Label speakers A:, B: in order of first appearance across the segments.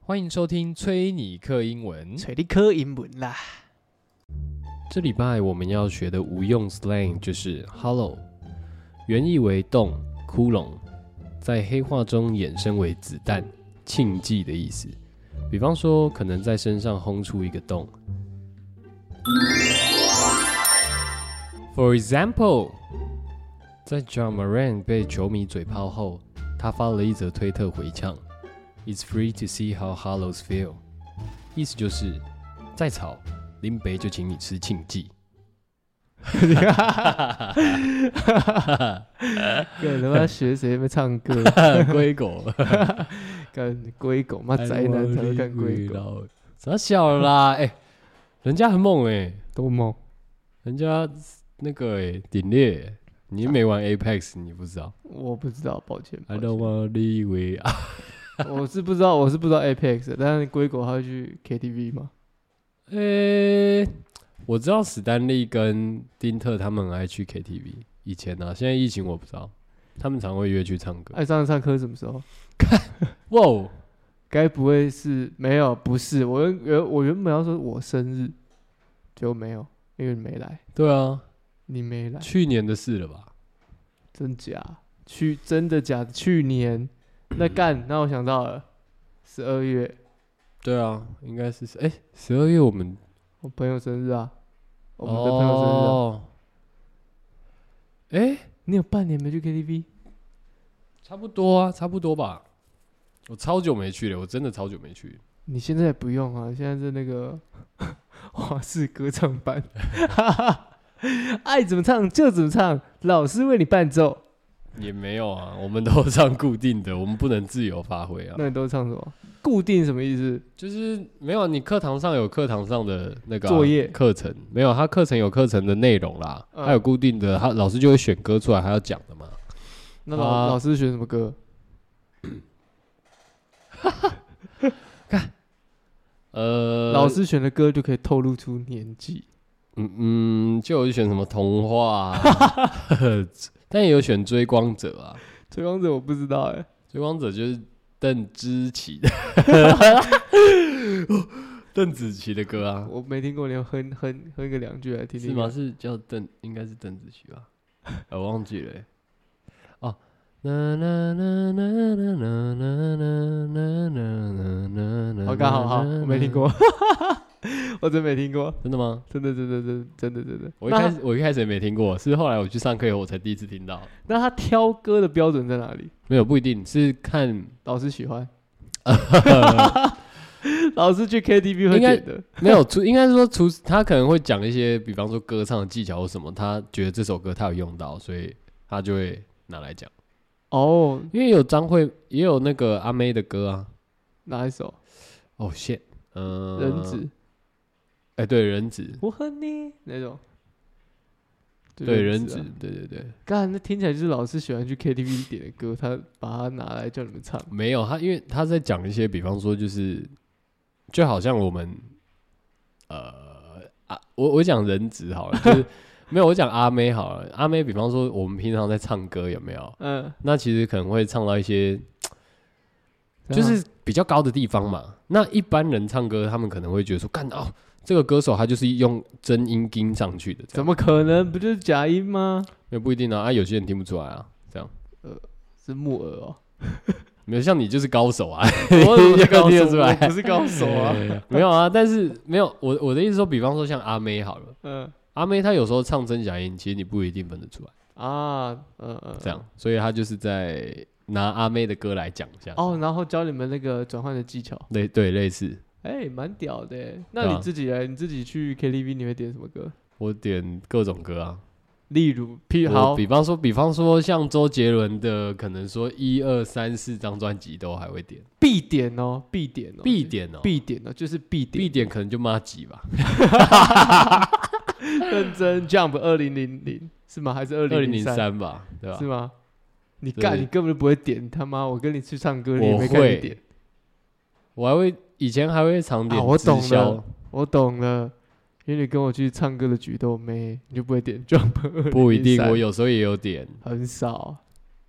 A: 欢迎收听崔尼克英文。
B: 找你考英文 啦。
A: 这礼拜我们要学的无用 slang 就是 “hollow”，原意为洞、窟窿，在黑话中衍生为子弹、庆忌的意思。比方说，可能在身上轰出一个洞。For example，在 John Moran 被球迷嘴炮后，他发了一则推特回呛：“It's free to see how hollows feel。”意思就是，再吵，林北就请你吃庆忌。
B: 啊干他妈学谁没 唱歌？
A: 龟狗，
B: 干龟狗妈宅男才会干龟狗，
A: 狗，傻小了啦！哎、人家很猛哎、
B: 多猛！
A: 人家那个哎、顶猎欸、你没玩 Apex，你不知道。
B: 我不知道，抱歉。
A: I
B: 抱
A: don't wanna live with 啊，
B: 歉我是不知道，我是不知道 Apex，的但是龟狗他会去 KTV 吗？
A: 哎、我知道史丹利跟丁特他们很爱去 KTV，以前啊，现在疫情我不知道，他们常会约去唱歌。
B: 爱哎上上课什么时候？
A: 哇哦，
B: 该不会是没有？不是，我原原我原本要说我生日，结果没有，因为你没来，
A: 对啊，
B: 你没来，
A: 去年的事了吧？
B: 真假？去真的假的？去年 那干，那我想到了，十二月
A: 对啊，应该是哎，十、二月我们
B: 我朋友生日啊，我们的朋友生日、啊。
A: 哦哎、
B: 你有半年没去 KTV？
A: 差不多啊，差不多吧。我超久没去了，我真的超久没去。
B: 你现在也不用啊，现在是那个 华视歌唱班， 爱怎么唱就怎么唱，老师为你伴奏。
A: 哦也没有啊，我们都 唱固定的，我们不能自由发挥啊。
B: 那你都唱什么？固定什么意思？
A: 就是没有啊你课堂上有课堂上的那个啊、
B: 作业
A: 课程，没有他课程有课程的内容啦，
B: 嗯
A: 还有固定的，他老师就会选歌出来，还要讲的嘛。
B: 那老、
A: 啊
B: 老师选什么歌？
A: 呃，
B: 老师选的歌就可以透露出年纪。
A: 嗯嗯，就有选什么童话、啊，但也有选追光者啊。
B: 追光者我不知道哎、
A: 追光者就是邓紫棋的，邓紫棋的歌啊，
B: 我没听过，你要哼哼哼个两句来听听。
A: 是吗？？是叫邓，应该是邓紫棋吧？呃我忘记了欸、哦，啦啦啦啦啦啦啦啦啦啦啦
B: 好，哦刚好好，我没听。过， 我真没听过，
A: 真的吗？
B: 真的真的真的真的真的。
A: 我一
B: 那
A: 开
B: 他
A: 始我一开始也没听过，是后来我去上课以后我才第一次听到。
B: 那他挑歌的标准在哪里？
A: 没有，不一定是看
B: 老师喜欢， 老师去 KTV 会
A: 应该
B: 点的。
A: 没有，除应该是说除他可能会讲一些，比方说歌唱的技巧或什么，他觉得这首歌他有用到，所以他就会拿来讲。
B: 哦，
A: 因为有张惠，也有那个阿妹的歌啊。
B: 哪一首？
A: 哦、谢，嗯，
B: 人质，
A: 哎、对，人质，
B: 我和你那种。
A: 对，人
B: 质
A: 质
B: 啊。，
A: 对对对，
B: 干，那听起来就是老师喜欢去 KTV 点的歌，他把它拿来叫你们唱。
A: 没有他，因为他在讲一些，比方说就是，就好像我们，呃啊，我我讲人质好了，就是没有我讲阿妹好了，阿妹，比方说我们平常在唱歌有没有？
B: 嗯，
A: 那其实可能会唱到一些就
B: 然后
A: 是比较高的地方嘛。那一般人唱歌，他们可能会觉得说，干哦，这个歌手他就是用真音跟上去的，这
B: 怎
A: 样
B: 么可能？不就是假音吗？
A: 也不一定啊。啊，有些人听不出来啊，这样
B: 是木耳哦。
A: 没有像你就是高手 啊，
B: 我怎么是高
A: 听得
B: 手？
A: 出来
B: 我不是高手 啊。
A: 没有啊。但是没有我我的意思说，比方说像阿妹好了，
B: 嗯
A: 阿妹她有时候唱真假音，其实你不一定分得出来，
B: 啊，嗯嗯，
A: 这样，所以她就是在拿阿妹的歌来讲一下。
B: 哦，然后教你们那个转换的技巧。
A: 类对类似，
B: 哎，蛮屌的欸。
A: 对
B: 那
A: 啊
B: 你自己来，你自己去 KTV 你会点什么歌？
A: 我点各种歌啊。
B: 例如，譬如
A: 我
B: 好
A: 比方说，比方说像周杰伦的，可能说一二三四张专辑都还会点，
B: 必点哦，必点哦，
A: 必点哦，
B: 必点哦，就是必点。
A: 必点可能就妈吉吧，
B: 认真 Jump 二零零零是吗？还是二
A: 二零零
B: 零三？
A: 三吧，对吧
B: 是？吗？你
A: 对
B: 干，你根本就不会点他妈！我跟你去唱歌，你也
A: 我
B: 没看你
A: 会
B: 点。
A: 我还会以前还会常点
B: 啊我懂
A: 直销
B: 了，我懂了，因为你跟我去唱歌的举都没，你就不会点 Jump 二
A: 不一定，我有时候也有点，
B: 很少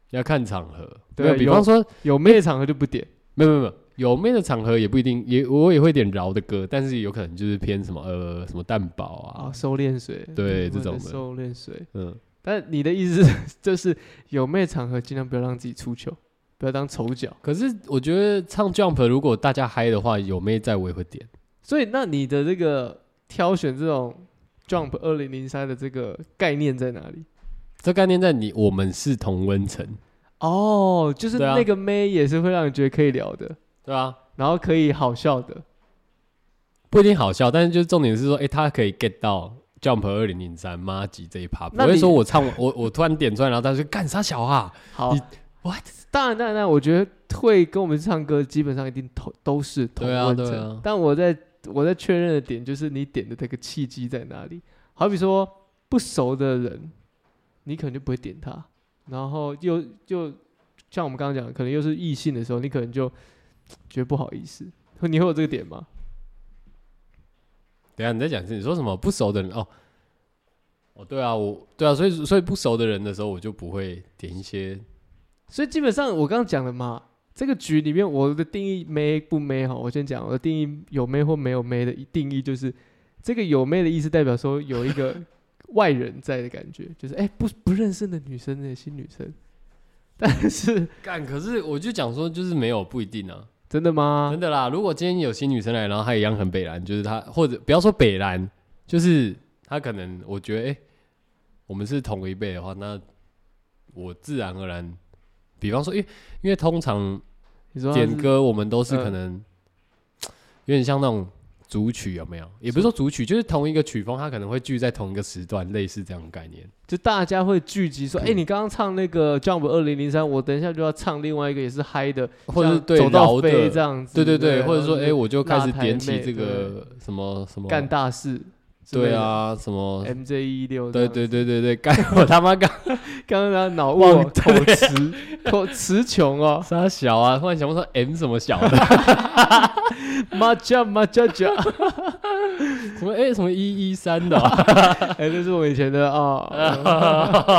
A: 要看场合。
B: 对
A: 没有比
B: 啊有
A: 方说，
B: 有妹的场合就不点。
A: 没有没有没有，有妹的场合也不一定，也我也会点饶的歌，但是有可能就是偏什么呃什么蛋堡
B: 啊，
A: 啊，
B: 收敛水，
A: 对
B: 我
A: 这
B: 的
A: 种的
B: 收敛水。
A: 嗯，
B: 但你的意思是 就是有妹场合尽量不要让自己出糗，不要当丑角。
A: 可是我觉得唱 Jump 如果大家嗨的话，有妹在我也会点。
B: 所以那你的这个挑选这种 Jump 二零零三的这个概念在哪里？
A: 这概念在你我们是同温层，
B: 哦，就是
A: 对啊
B: 那个妹也是会让你觉得可以聊的，
A: 对吧？
B: 然后可以好笑的。
A: 不一定好笑，但是就重点是说，诶，他可以 get 到 Jump 二零零三妈吉这一趴，不
B: 那
A: 会
B: 你
A: 说我唱完我我突然点出来，然后他说干啥小啊？
B: 好
A: 你，what？
B: 当然，当然，当然我觉得会跟我们唱歌，基本上一定同都是同
A: 对啊
B: 温
A: 对
B: 层。
A: 啊
B: 但我在我在确认的点就是你点的这个契机在哪里？好比说不熟的人，你可能就不会点他，然后又又像我们刚刚讲的，可能又是异性的时候，你可能就觉得不好意思。你会有这个点吗？
A: 等一下你再讲一次，你说什么不熟的人哦？哦，对啊，我对啊，所以所以不熟的人的时候，我就不会点一些
B: 所以基本上我刚刚讲了嘛，这个局里面我的定义妹不妹哈，我先讲我的定义有妹或没有妹的定义就是，这个有妹的意思代表说有一个外人在的感觉，就是哎、不不认识的女生那新女生，但是
A: 干。可是我就讲说，就是没有不一定啊，
B: 真的吗
A: 真？的啦。如果今天有新女生来，然后她一样很北蓝，就是她或者不要说北蓝，就是她可能我觉得，哎、我们是同一辈的话，那我自然而然，比方说，因为因为通常
B: 你说她是
A: 点歌，我们都是
B: 嗯
A: 可能有点像那种组曲，有没有？也不是说组曲，就是同一个曲风，它可能会聚在同一个时段，类似这样的概念。
B: 就大家会聚集说，哎、你刚刚唱那个 Jump 二零零三，我等一下就要唱另外一个也是嗨的，
A: 或者是
B: 像
A: 对
B: 走到
A: 饶
B: 飞这
A: 的，
B: 样子，
A: 对对对，
B: 对，
A: 或者说哎、
B: 哎、
A: 诶我就开
B: 辣
A: 始
B: 台
A: 点起
B: 妹
A: 这个什么什么，
B: 干大事，
A: 对，啊，什么，
B: ，MJ 一 E 六，
A: 对对对对对，干 我他妈干
B: 刚刚他脑忘
A: 忘
B: 口词，口词 穷哦，
A: 啥小啊！突然想不到 M 什么小的，
B: 麻将麻将将，
A: 什么哎、什么一一三的啊、
B: 哎，这是我以前的啊，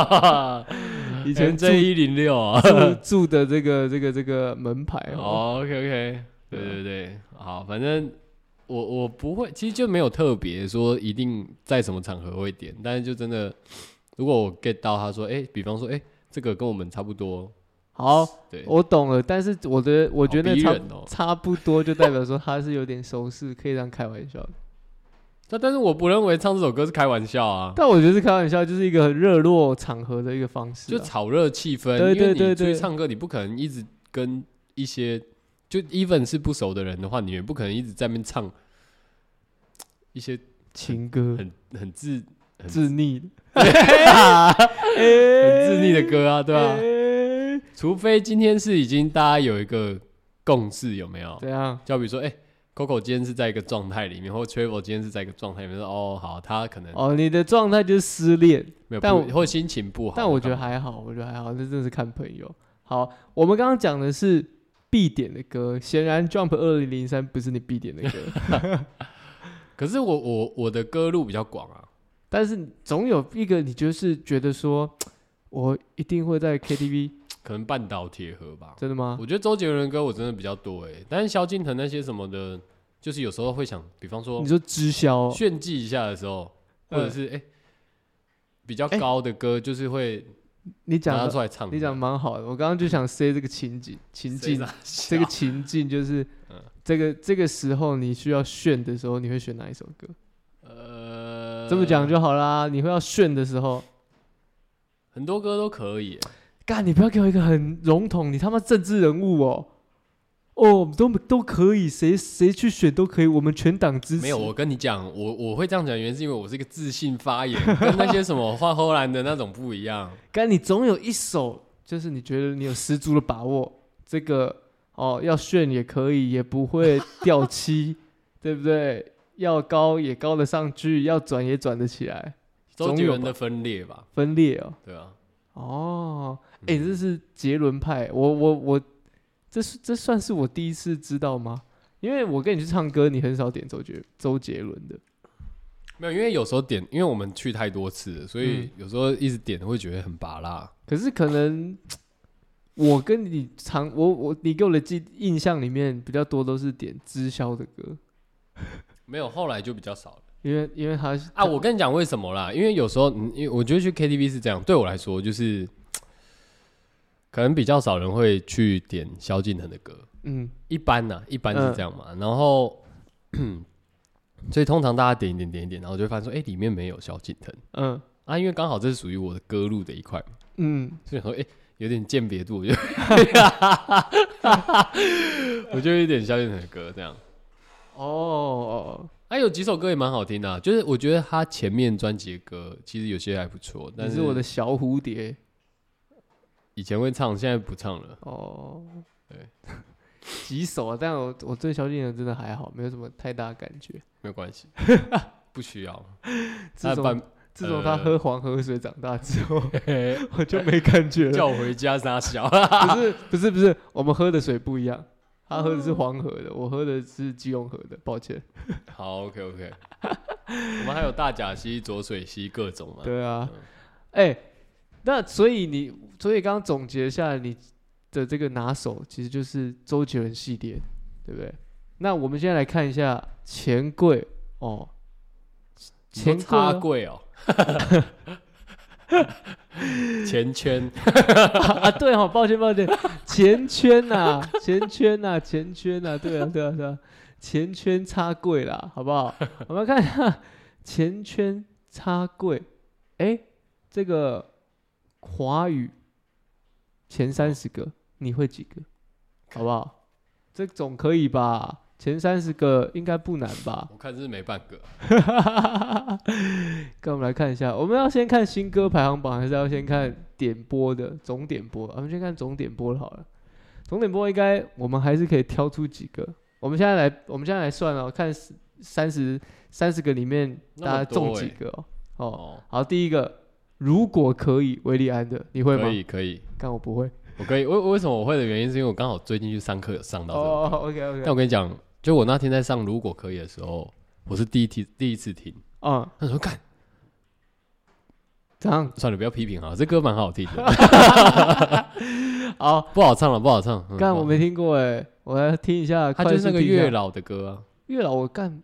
B: 以
A: 以前
B: 前住
A: J 哎一零六啊。
B: 住住的这个这个这个门牌哦，
A: 哦，OK OK，对
B: 对啊
A: 对对，好，反正我我不会，其实就没有特别说一定在什么场合会点，但是就真的，如果我 get 到他说，哎、比方说，哎、这个跟我们差不多，
B: 好，
A: 对，
B: 我懂了，但是我的我觉
A: 好
B: 得
A: 逼
B: 差
A: 人哦
B: 差不多就代表说他是有点熟识，可以这样开玩笑的，
A: 那但是我不认为唱这首歌是开玩笑啊，
B: 但我觉得是开玩笑，就是一个很热络场合的一个方式
A: 就
B: 啊，
A: 炒热气氛，
B: 对对
A: 因为
B: 对
A: 你出去
B: 对
A: 唱歌，你不可能一直跟一些就 even 是不熟的人的话，你也不可能一直在那边唱一些
B: 情歌
A: 很很自很
B: 自溺，
A: 很
B: 很
A: 自溺的歌
B: 哎
A: 啊，对吧、啊？
B: 吧？
A: 除非今天是已经大家有一个共识，有没有？
B: 怎样？
A: 就比如说，哎、c o c o 今天是在一个状态里面，或 Travel 今天是在一个状态里面，说哦好，他可能
B: 哦，你的状态就是失恋。
A: 没有，
B: 但
A: 不
B: 我
A: 或心情不好。
B: 但我觉得还好，我觉得还好，这真的是看朋友。好，我们刚刚讲的是必点的歌，显然 Jump 二零零三不是你必点的 歌，
A: 可是我我我的歌路比较广啊，
B: 但是总有一个你就是觉得说，我一定会在 KTV，
A: 可能半岛铁盒吧。
B: 真的吗？
A: 我觉得周杰伦的歌我真的比较多哎、但是萧敬腾那些什么的，就是有时候会想，比方说
B: 你说知晓哦，
A: 炫技一下的时候，或者
B: 嗯
A: 是哎、比较
B: 哎
A: 高的歌，就是会
B: 嗯你讲
A: 拿出
B: 的
A: 来唱的。
B: 你讲得蛮好的，我刚刚就想塞这个情景情
A: 谁
B: 境
A: 傻，
B: 这个
A: 笑
B: 情境就是
A: 嗯
B: 这个这个时候你需要炫的时候，你会选哪一首歌？
A: 呃，
B: 这么讲就好啦，你会要炫的时候。
A: 很多歌都可以欸、
B: 干，你不要给我一个很笼统，你他妈政治人物哦，哦，都都可以，谁谁去选都可以，我们全党支持。
A: 没有，我跟你讲，我我会这样讲，原因是因为我是一个自信发言，跟那些什么画荷兰的那种不一样。
B: 干，你总有一首，就是你觉得你有十足的把握，这个哦，要炫也可以，也不会掉漆， 对不对？要高也高得上去，要转也转得起来，
A: 周
B: 总
A: 杰
B: 有
A: 伦
B: 吧
A: 的分裂吧，
B: 分裂哦。
A: 对啊，
B: 哦，哎、
A: 嗯
B: 这是杰伦派，我我我，这是这算是我第一次知道吗？因为我跟你去唱歌，你很少点周杰周杰伦的，
A: 没有，因为有时候点，因为我们去太多次了，所以
B: 嗯
A: 有时候一直点会觉得很拔辣。
B: 可是可能我跟你常我我你给我的记印象里面比较多都是点知晓的歌，
A: 没有，后来就比较少了
B: 因为因为他是
A: 啊。我跟你讲为什么啦？因为有时候，嗯因为我觉得去 KTV 是这样，对我来说就是，可能比较少人会去点萧敬腾的歌，
B: 嗯
A: 一般呐、一般是这样嘛。然后， 所以通常大家点一点点一点，然后就会发现说，哎、里面没有萧敬腾
B: 嗯
A: 啊，因为刚好这是属于我的歌路的一块嘛，
B: 嗯，
A: 所以想说，哎、有点鉴别度，我就， 我就有一点萧敬腾的歌这样。
B: 哦，
A: 还、啊有几首歌也蛮好听的啊、就是我觉得他前面专辑的歌其实有些还不错，但
B: 你是我的小蝴蝶
A: 以前会唱，现在不唱了。
B: 哦，
A: 对，
B: 几首啊，但我我对萧敬腾真的还好，没有什么太大感觉。
A: 没有关 系，不需要。
B: 自
A: 他
B: 从
A: 半
B: 自从他
A: 呃
B: 喝黄河水长大之 后，我就没感觉了。
A: 叫我回家撒小，
B: 不是不是不是，我们喝的水不一样，他喝的是黄河的，我喝的是基隆河的，抱歉。
A: 好，OK OK。我们还有大甲溪、浊水溪各种嘛。
B: 对啊
A: 嗯，
B: 哎、那所以你，所以刚刚总结下来，你的这个拿手其实就是周杰伦系列，对不对？那我们现在来看一下钱柜哦，
A: 你说
B: 钱柜
A: 插
B: 啊
A: 柜哦， 钱圈
B: 啊，对哦，抱歉抱歉，钱圈呐、钱圈呐、钱圈呐、对啊对啊对啊，钱圈插柜啦，好不好？我们看一下钱圈插柜，哎，这个华语前三十个你会几个？好不好？这总可以吧？前三十个应该不难吧？
A: 我看是没半个。
B: 跟我们来看一下，我们要先看新歌排行榜，还是要先看点播的总点播？啊我们先看总点播的好了。总点播应该我们还是可以挑出几个。我们现在来，我们现在来算哦，看三十三十个里面
A: 那么
B: 大家中
A: 多欸
B: 几个哦。哦，
A: 哦，
B: 好，第一个，如果可以，维利安的，你会
A: 可
B: 吗？
A: 以可以，
B: 看我不会。
A: 我可以。为为什么我会的原因是因为我刚好最近去上课有上到这个。
B: 哦，OK
A: 但
B: OK，
A: 我跟你讲，就我那天在上《如果可以》的时候，我是第一题第一次听，
B: 嗯，
A: 他说干，
B: 这样
A: 算了，不要批评啊，这歌蛮好听的，
B: 好，
A: 嗯不好唱了，不好唱。嗯
B: 干
A: 不
B: 我
A: 好
B: 没听过哎，我来听一下。
A: 他就是那个月
B: 月老，
A: 老的歌啊，
B: 月老我干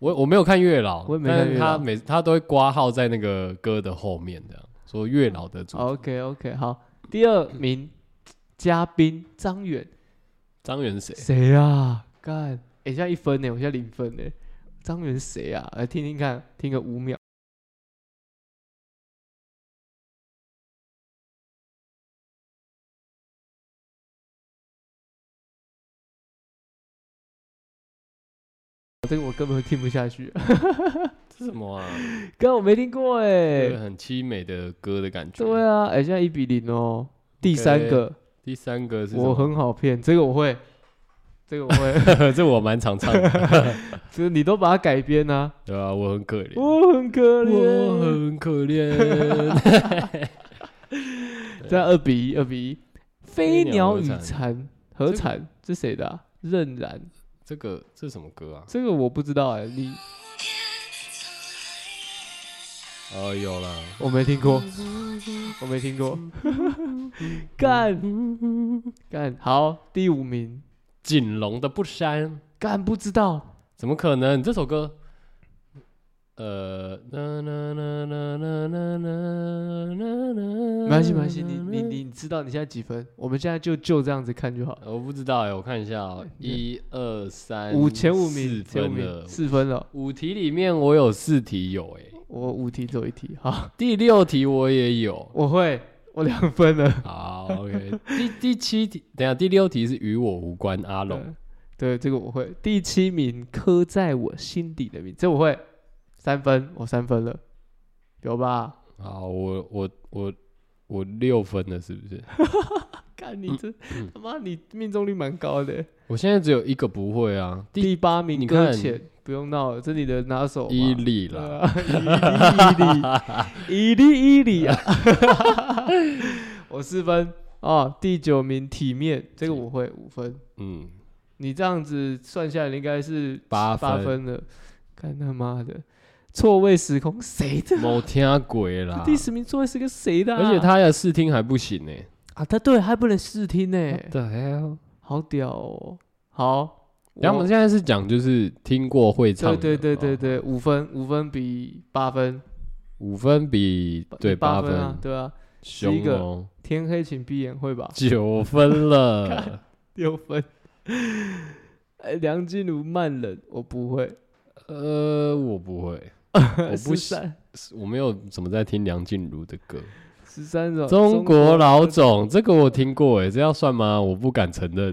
A: 我我没有看月老，
B: 我也没看
A: 但
B: 月
A: 是
B: 老
A: 他每他都会挂号在那个歌的后面这样说月老的主
B: OK OK，好，第二名嘉宾张远，
A: 张元谁？
B: 谁啊？干，哎、现在一分呢，我现在零分呢。张远谁啊？来听听看，听个五秒。这个我根本听不下去，
A: 这是什么啊？
B: 刚我没听过哎
A: 这个。很凄美的歌的感觉。
B: 对啊，哎、现在一比零哦。第三
A: OK
B: 个，
A: 第三个是什
B: 我
A: 么？
B: 很好骗，这个我会，这个我 会，
A: 这我蛮常唱的，
B: 这你都把它改编啊，
A: 对吧、我很可怜，
B: 我很可
A: 我
B: 怜，
A: 很可怜。
B: 这样二比一，二比一，飞鸟
A: 鸟
B: 与
A: 与
B: 蝉，何蝉？这谁的、啊？任然，
A: 这个这是什么歌啊？
B: 这个我不知道哎、你
A: 哦，有啦。
B: 我没听过，我没听过， 干干好，第五名，
A: 锦龙的不删，
B: 干不知道，
A: 怎么可能？这首歌，呃，啦啦啦啦啦啦啦啦
B: 没关系没关系，你你你知道你现在几分？我们现在就就这样子看就好了。
A: 我不知道哎，我看一下哦，一二三，
B: 五前五名，
A: 四
B: 前五
A: 分
B: 名
A: 了。
B: 四分了，
A: 五题里面我有四题有哎，
B: 我五题走一题，好，
A: 第六题我也有。
B: 我会，我两分了。
A: 好，OK。第第七题，等一下第六题是与我无关，阿龙。
B: 对，这个我会。第七名刻在我心底的名，这我会，三分，我三分了，有吧？
A: 好，我我我我六分了，是不是？
B: 看
A: 嗯
B: 你这他妈，你命中率蛮高的。
A: 我现在只有一个不会啊，第
B: 第八名
A: 你
B: 搁
A: 看
B: 浅，不用闹了，这是你的拿手嘛。
A: 一例
B: 对
A: 啦。
B: 啊，一粒一粒，一粒一粒啊！ 我四分哦。第九名体面，这个我会五分。
A: 嗯，
B: 你这样子算下来，应该是
A: 八
B: 八
A: 啊分
B: 分了。看他妈的，错位时空谁的啊？
A: 某天鬼啦，
B: 第十名座位是个谁的啊、
A: 而且他的试听还不行呢、
B: 啊，他对还不能试听呢、
A: 对，hell？
B: 好屌哦！好，
A: 然后我们现在是讲就是听过会唱
B: 对
A: 的，
B: 对对对
A: 哦，
B: 对，五分五分比八分，
A: 五分比对
B: 八
A: 分，
B: 啊，对啊，
A: 熊
B: 11个
A: 哦，
B: 天黑请闭眼会吧，
A: 九分 了，
B: 六分。哎，梁静茹慢冷，我不会，
A: 呃，我不会，我不
B: 十
A: 喜
B: 三
A: 我没有怎么在听梁静茹的歌。
B: 十三首
A: 中国老总，这个我听过，哎，这要算吗？我不敢承 认，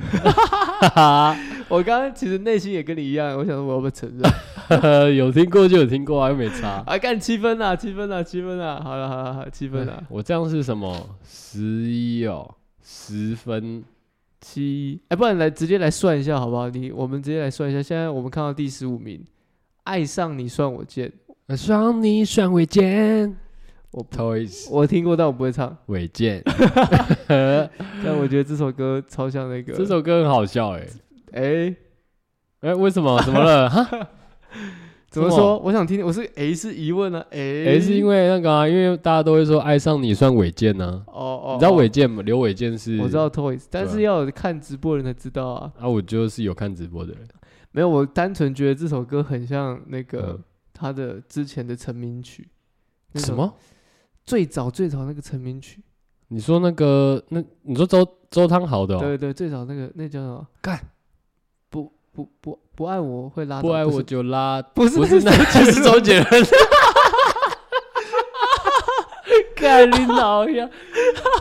B: 我刚刚其实内心也跟你一样，我想说我要不要承认？
A: 有听过就有听过啊，又没差。
B: 啊，干七分啊，七分啊，七分啊！好了好了好了，七分啊，
A: 我这样是什么？十一哦，十分
B: 七。哎，不然来直接来算一下好不好？你我们直接来算一下，现在我们看到第十五名，《爱上你算我贱》，
A: 双你双尾剑
B: 我不
A: ，Toys
B: 我听过，但我不会唱。
A: 尾 剑，
B: 但我觉得这首歌超像那个
A: 这首歌很好笑哎、
B: 哎，
A: 哎、为什 么？怎么了？哈，
B: 怎么
A: 什么
B: 说？我想听，我是哎是疑问啊，哎
A: 哎、是因
B: 为
A: 为那个啊，因为大家都会说爱上你算违建呢、
B: 哦哦，
A: 啊你知道
B: 哦
A: 违建吗？刘违建是
B: 我知道 Toys，但
A: 对啊
B: 是要有看直播的人才知道啊。
A: 啊，我就是有看直播的人，
B: 没有，我单纯觉得这首歌很像那个
A: 嗯
B: 他的之前的成名曲，那首
A: 什么？
B: 最早最早那个成名曲。
A: 你说那个那你说周周汤豪的、哦，
B: 对对，最早那个那叫什么？
A: 干
B: 不不不不爱我会拉倒，
A: 不爱我
B: 是
A: 就拉，
B: 不 是
A: 不是那
B: 那
A: 是周杰 伦，
B: 干你老呀！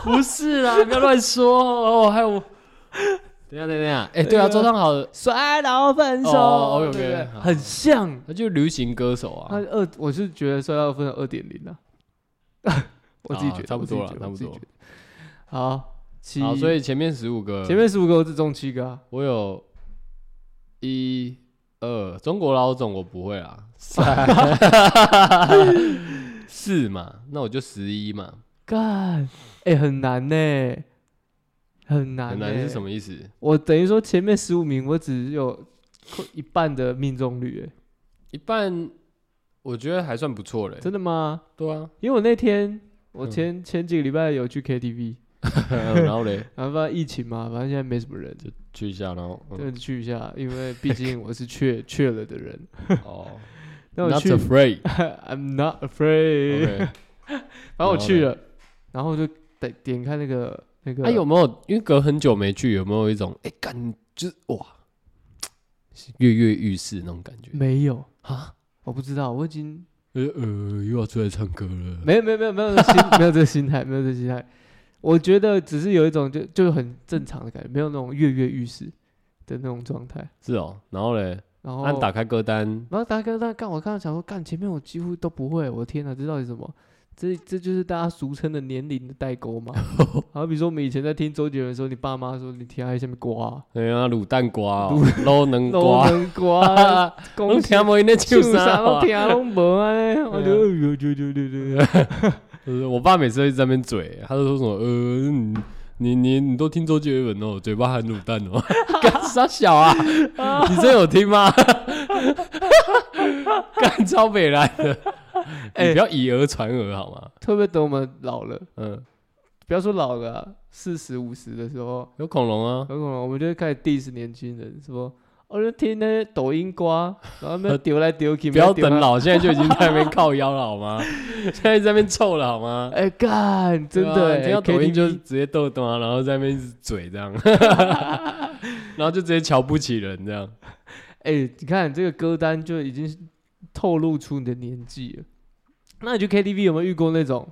A: 不是 啦，不要乱说哦，还有我，等一下等一下，哎、对啊，
B: 那个
A: 周汤豪的
B: 摔倒分手，
A: 哦，OK，OK，
B: 对不对
A: 好
B: 很像。
A: 他就是流行歌手
B: 他
A: 啊，
B: 二，我是觉得摔倒分手二点零啊， 我自己觉得
A: 啊差不多了
B: 了，
A: 差不
B: 我自己
A: 多
B: 觉得。好，七，
A: 好，所以前面十五个，
B: 前面十五个我只中七个啊，
A: 我有一二，中国老总我不会 啦，三四嘛，那我就十一嘛，
B: 干，哎，很难呢，很难，
A: 很难是什？么意思？
B: 我等于说前面十五名我只有一半的命中率，哎，
A: 一半我觉得还算不错嘞，
B: 真的吗？
A: 对 啊，
B: 因为我那天我
A: 嗯
B: 前、前几个礼拜有去 KTV，
A: 然后嘞
B: 然后发现疫情嘛，反正现在没什么人，
A: 去一下，然后嗯
B: 就去一下，因为毕竟我是 确确了的人。
A: 哦
B: 那我
A: ，Not
B: 去
A: afraid，
B: ，I'm not afraid，、
A: OK
B: 反
A: 然
B: 正我
A: 后
B: 去
A: 呢
B: 了，然后我就点点开那个那个，
A: 啊，有没有因为隔很久没去，有没有一种哎感、就是哇跃跃欲试那种感觉
B: 没有？
A: 啊？
B: 我不知道，我已经
A: 呃呃，又要出来唱歌了，
B: 没有没有没有没有 心没有这个心态，没有这个心态。我觉得只是有一种就就很正常的感觉，没有那种跃跃欲试的那种状态。
A: 是哦。然后嘞，
B: 然后
A: 按、打开歌单，
B: 然后大哥在干，我刚刚想说，干前面我几乎都不会，我的天哪，这到底什么？这这就是大家俗称的年龄的代沟 嘛。好，比如说我们以前在听周杰伦的时候，你爸妈说你听爱下面瓜，
A: 哎呀，卤蛋瓜、哦，卤能
B: 都
A: 瓜，
B: 能瓜，
A: 拢
B: 恭喜
A: 听无因咧唱啥啊
B: 啥
A: 话
B: 都。听拢无啊！
A: 对
B: 我
A: 啊
B: 就呦呦呦 呦呦，
A: 呃我爸每次都一直在那边嘴，他就说什么呃，你你你你都听周杰伦哦，嘴巴含卤蛋哦， 干啥小 啊？你这有听吗？ 干超北来的，
B: 哎
A: 你不要以讹传讹好吗？
B: 特别等我们老了，
A: 嗯，
B: 不要说老了啊，四十五十的时候，
A: 有恐龙啊，
B: 有可能我们就会开始 diss 年轻人，说我就听那些抖音瓜，然后 那边丢来丢去，
A: 不要
B: 丢来啊
A: 等老，现在就已经在那边靠腰了好吗？ 现在在那边臭了好 吗？
B: 哎干，真的、
A: 对啊
B: 欸，
A: 你听到抖音
B: KTV
A: 就直接逗逗啊，然后在那边一直嘴 这样， 然后就直接瞧不起人这样。
B: 哎、你看这个歌单就已经是透露出你的年纪了。那你去 KTV 有没有遇过那种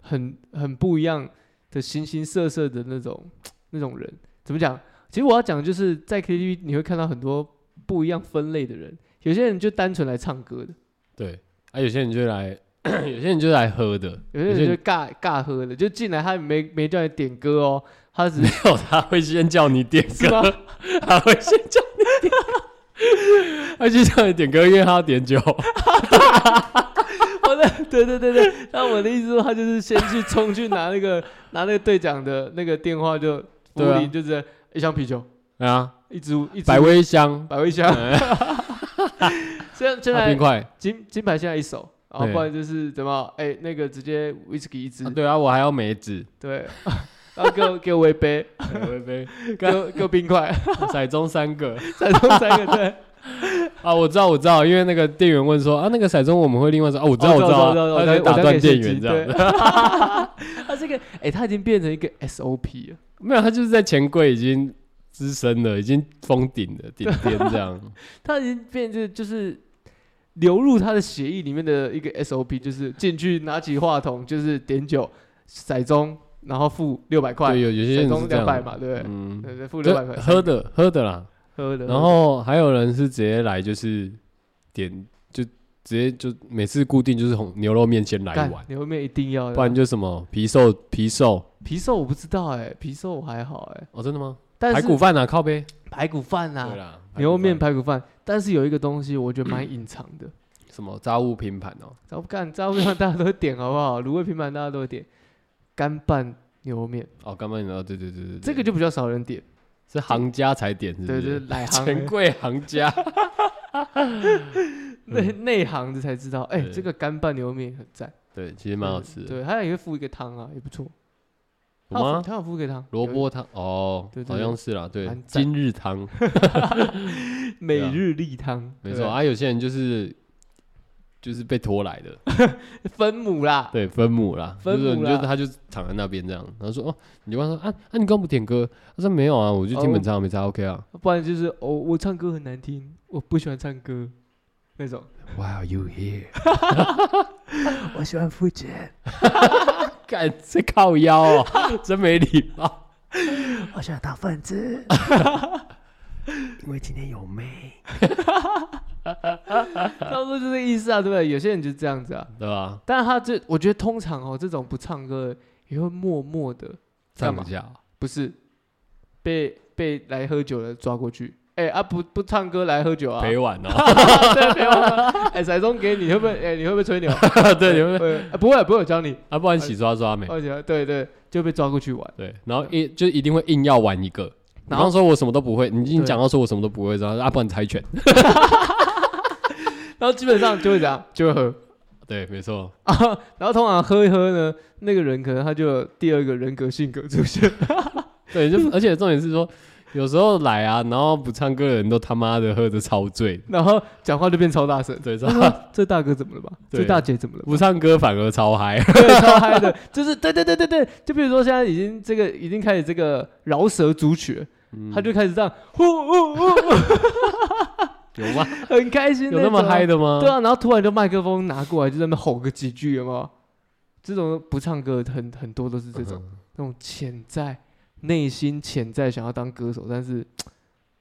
B: 很很不一样的形形色色的那种那种人？怎么讲？其实我要讲的就是在 KTV 你会看到很多不一样分类的人，有些人就单纯来唱歌的，
A: 对，啊，有些人就来， 有些人就来喝的，
B: 有些
A: 有些
B: 人就尬尬喝的，就进来他也没没叫你点歌哦，他只是
A: 没有他会先叫你点
B: 是吗
A: 歌，他会先叫你点歌，他先叫你点歌，因为他要点酒。
B: 我的 对对对对，那我的意思说，他就是先去冲去拿那个 拿那个队长的那个电话就，服
A: 对啊
B: 务铃就是一箱啤酒，
A: 啊，
B: 一支一支
A: 百威香，啊
B: 百威箱。 现在现
A: 大冰
B: 在
A: 块。
B: 金金牌现在一手，啊，
A: 对
B: 不然就是怎么哎那个直接 whisky 一支
A: 啊，对啊，我还要梅子，
B: 对， 然后给我给我围杯，
A: 微微
B: 给我给我冰块，
A: 骰中三个
B: 再送三个对。
A: 啊，我知道，我知道，因为那个店员问说啊，那个骰中我们会另外 说啊，我知道，
B: 哦
A: 知道啊，
B: 我
A: 他
B: 才
A: 就打断店员这样。
B: 样。 他这个，哎，他已经变成一个 SOP 了，
A: 没有，他就是在钱柜已经资深了，已经封顶了，顶边这样。
B: 他已经变成就是流入他的协议里面的一个 SOP，就是进去拿起话筒就是点酒、骰盅，然后付六百块
A: 对，，有有些
B: 骰
A: 人是
B: 盅
A: 这样
B: 两百嘛，对不对？
A: 嗯，
B: 对对，付
A: 就
B: 六百块，
A: 喝的喝的啦。
B: 喝的，
A: 然后还有人是直接来就是点就直接就每次固定就是红牛肉面先来一
B: 干
A: 碗，
B: 牛肉面一定要的，
A: 不然就什么皮瘦皮瘦
B: 皮瘦我不知道哎，皮瘦我还好哎，
A: 哦，真的吗？
B: 但
A: 排
B: 是
A: 骨饭啊，靠呗。
B: 排骨饭啊
A: 对，啦，
B: 牛肉面
A: 排
B: 排骨饭，但是有一个东西我觉得蛮隐藏的。
A: 骨饭什么炸物拼盘哦，
B: 早不干，炸物面大家都会点，好不好？卤味平板大家都会点，干拌牛肉面
A: 哦，干拌哦，对对对对，对
B: 这个就比较少人点，
A: 是行家才点，是不
B: 对，就是
A: 是？
B: 来
A: 钱
B: 行
A: 柜行家，
B: 内内行的才知道，哎，
A: 嗯对
B: 这个干拌牛肉面很赞，
A: 对，其实蛮好吃的。
B: 对，它也会附一个汤啊，也不错。它
A: 有
B: 有
A: 吗
B: 附？它有附一个汤，
A: 萝卜汤哦
B: 对，对
A: 好
B: 对
A: 像是啦，对
B: 蛮，赞
A: 今日汤
B: 有每日例汤，
A: 啊没
B: 对
A: 错
B: 不
A: 啊。有些人就是就是被拖来的，
B: 对，分母啦，
A: 对，分母啦，
B: 分
A: 就是
B: 母
A: 你就
B: 啦
A: 他就躺在那边这样，然后说哦，你就问他说啊啊，你刚不点歌？他说没有啊，我就听
B: 哦
A: 本唱没差，OK 啊。
B: 不然就是哦，我唱歌很难听，我不喜欢唱歌 那种，
A: Why are you here？
B: 我喜欢肤浅，
A: 干这靠腰哦， 真没礼貌。
B: 我喜欢当 分子，
A: 因为今天有妹，
B: 差不多就这个意思啊，对不对？有些人就是这样子啊，
A: 对吧？
B: 但他这，我觉得通常哦，这种不唱歌的也会默默的，
A: 唱
B: 干嘛
A: 一下，
B: 不是被被来喝酒的抓过去。哎、啊不不唱歌来喝酒啊，
A: 陪晚哦。
B: 对陪 我。哎，彩中给你你会不会？哎、你会不会 吹牛？
A: 对，你们
B: 会、啊不会不会，我教你。
A: 啊，不然洗刷刷没？
B: 而且对对，就被抓过去玩。
A: 对，然后一就一定会硬要玩一个。比
B: 然后
A: 方说，我什么都不会，你已经
B: 对
A: 讲到说我什么都不会，然后啊，不然猜拳。
B: 然后基本上就会怎样，就会喝。
A: 对，没错，
B: 啊，然后通常喝一喝呢，那个人可能他就有第二个人格性格出现，
A: 对，就而且重点是说，有时候来啊，然后不唱歌的人都他妈的喝的超醉，
B: 然后讲话就变超大 声。
A: 对，然后
B: 啊这大哥怎么了吧？这
A: 对
B: 大姐怎么了吧？
A: 不唱歌反而超嗨。
B: 对，超嗨的， 就是对对对对对，就比如说现在已经这个已经开始这个饶舌组曲了，他就开始这样，呼呼呼，
A: 有 吗？
B: 很开心，
A: 有那么嗨
B: 的？
A: 的吗？
B: 对啊，然后突然就麦克风拿过来，就在那边吼个几句，有没有？这种不唱歌的很很多都是这种、
A: 嗯
B: 那种潜在内心潜在想要当歌手，但是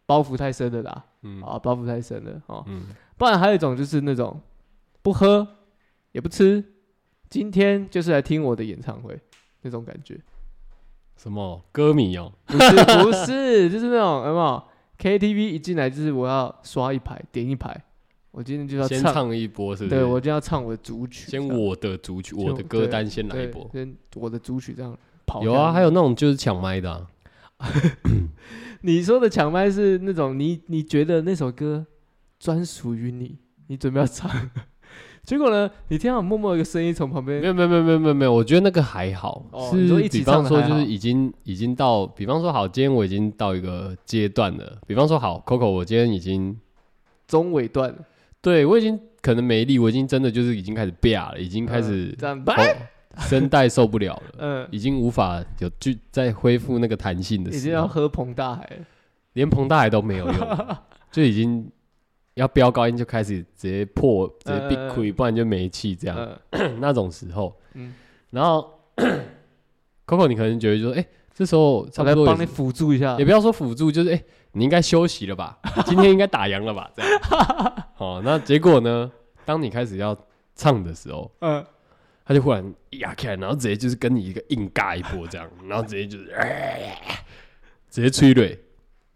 B: 包袱太深了啦，
A: 嗯
B: 啊，包袱太深了哦。
A: 嗯，
B: 不然还有一种就是那种不喝也不吃，今天就是来听我的演唱会那种感觉。
A: 什么歌迷哦？
B: 不是不是，就是那种有没有 KTV 一进来就是我要刷一排点一排，我今天就要
A: 先
B: 唱，
A: 唱一波是不是？
B: 对我就要唱我的主曲这
A: 先
B: 样，
A: 我的主曲，
B: 先
A: 我的歌单先来一
B: 对
A: 波。
B: 先我的主曲这样跑。
A: 有啊，还有那种就是抢麦的啊，
B: 你说的抢麦是那种你你觉得那首歌专属于你，你准备要唱， 结果呢，你听到默默有一个声音从旁边
A: 没有没有没有没有没有没有，我觉得那个还好
B: 哦，你
A: 是
B: 说一起
A: 比方
B: 唱的
A: 说
B: 还
A: 就
B: 好
A: 是已经已经到，比方说好，今天我已经到一个阶段了，比方说好，Coco，我今天已经
B: 中尾段了，
A: 对我已经可能没力，我已经真的就是已经开始啪了，已经开始
B: 嗯这样，
A: 喉声带受不了了，
B: 嗯，
A: 已经无法有去再恢复那个弹性的
B: 已
A: 时
B: 经
A: 候
B: 要，喝彭大海了，
A: 连彭大海都没有用 了，就已经要飙高音就开始直接破，直接
B: 嗯
A: 闭
B: 嗯嗯
A: 亏，不然就没气这样。
B: 嗯，
A: 那种时候，
B: 嗯
A: 然后 Coco 你可能觉得说，哎、这时候差
B: 我
A: 不
B: 来
A: 多也
B: 帮
A: 是
B: 你辅助一下
A: 也，不要说辅助，就是哎、诶你应该休息了 吧，今天应该打烊了吧，这样。 哦，那结果呢？当你开始要唱的时候，
B: 嗯，
A: 他就忽然压起来，然后直接就是跟你一个硬尬一波 这样，然后直接就是，直接催泪。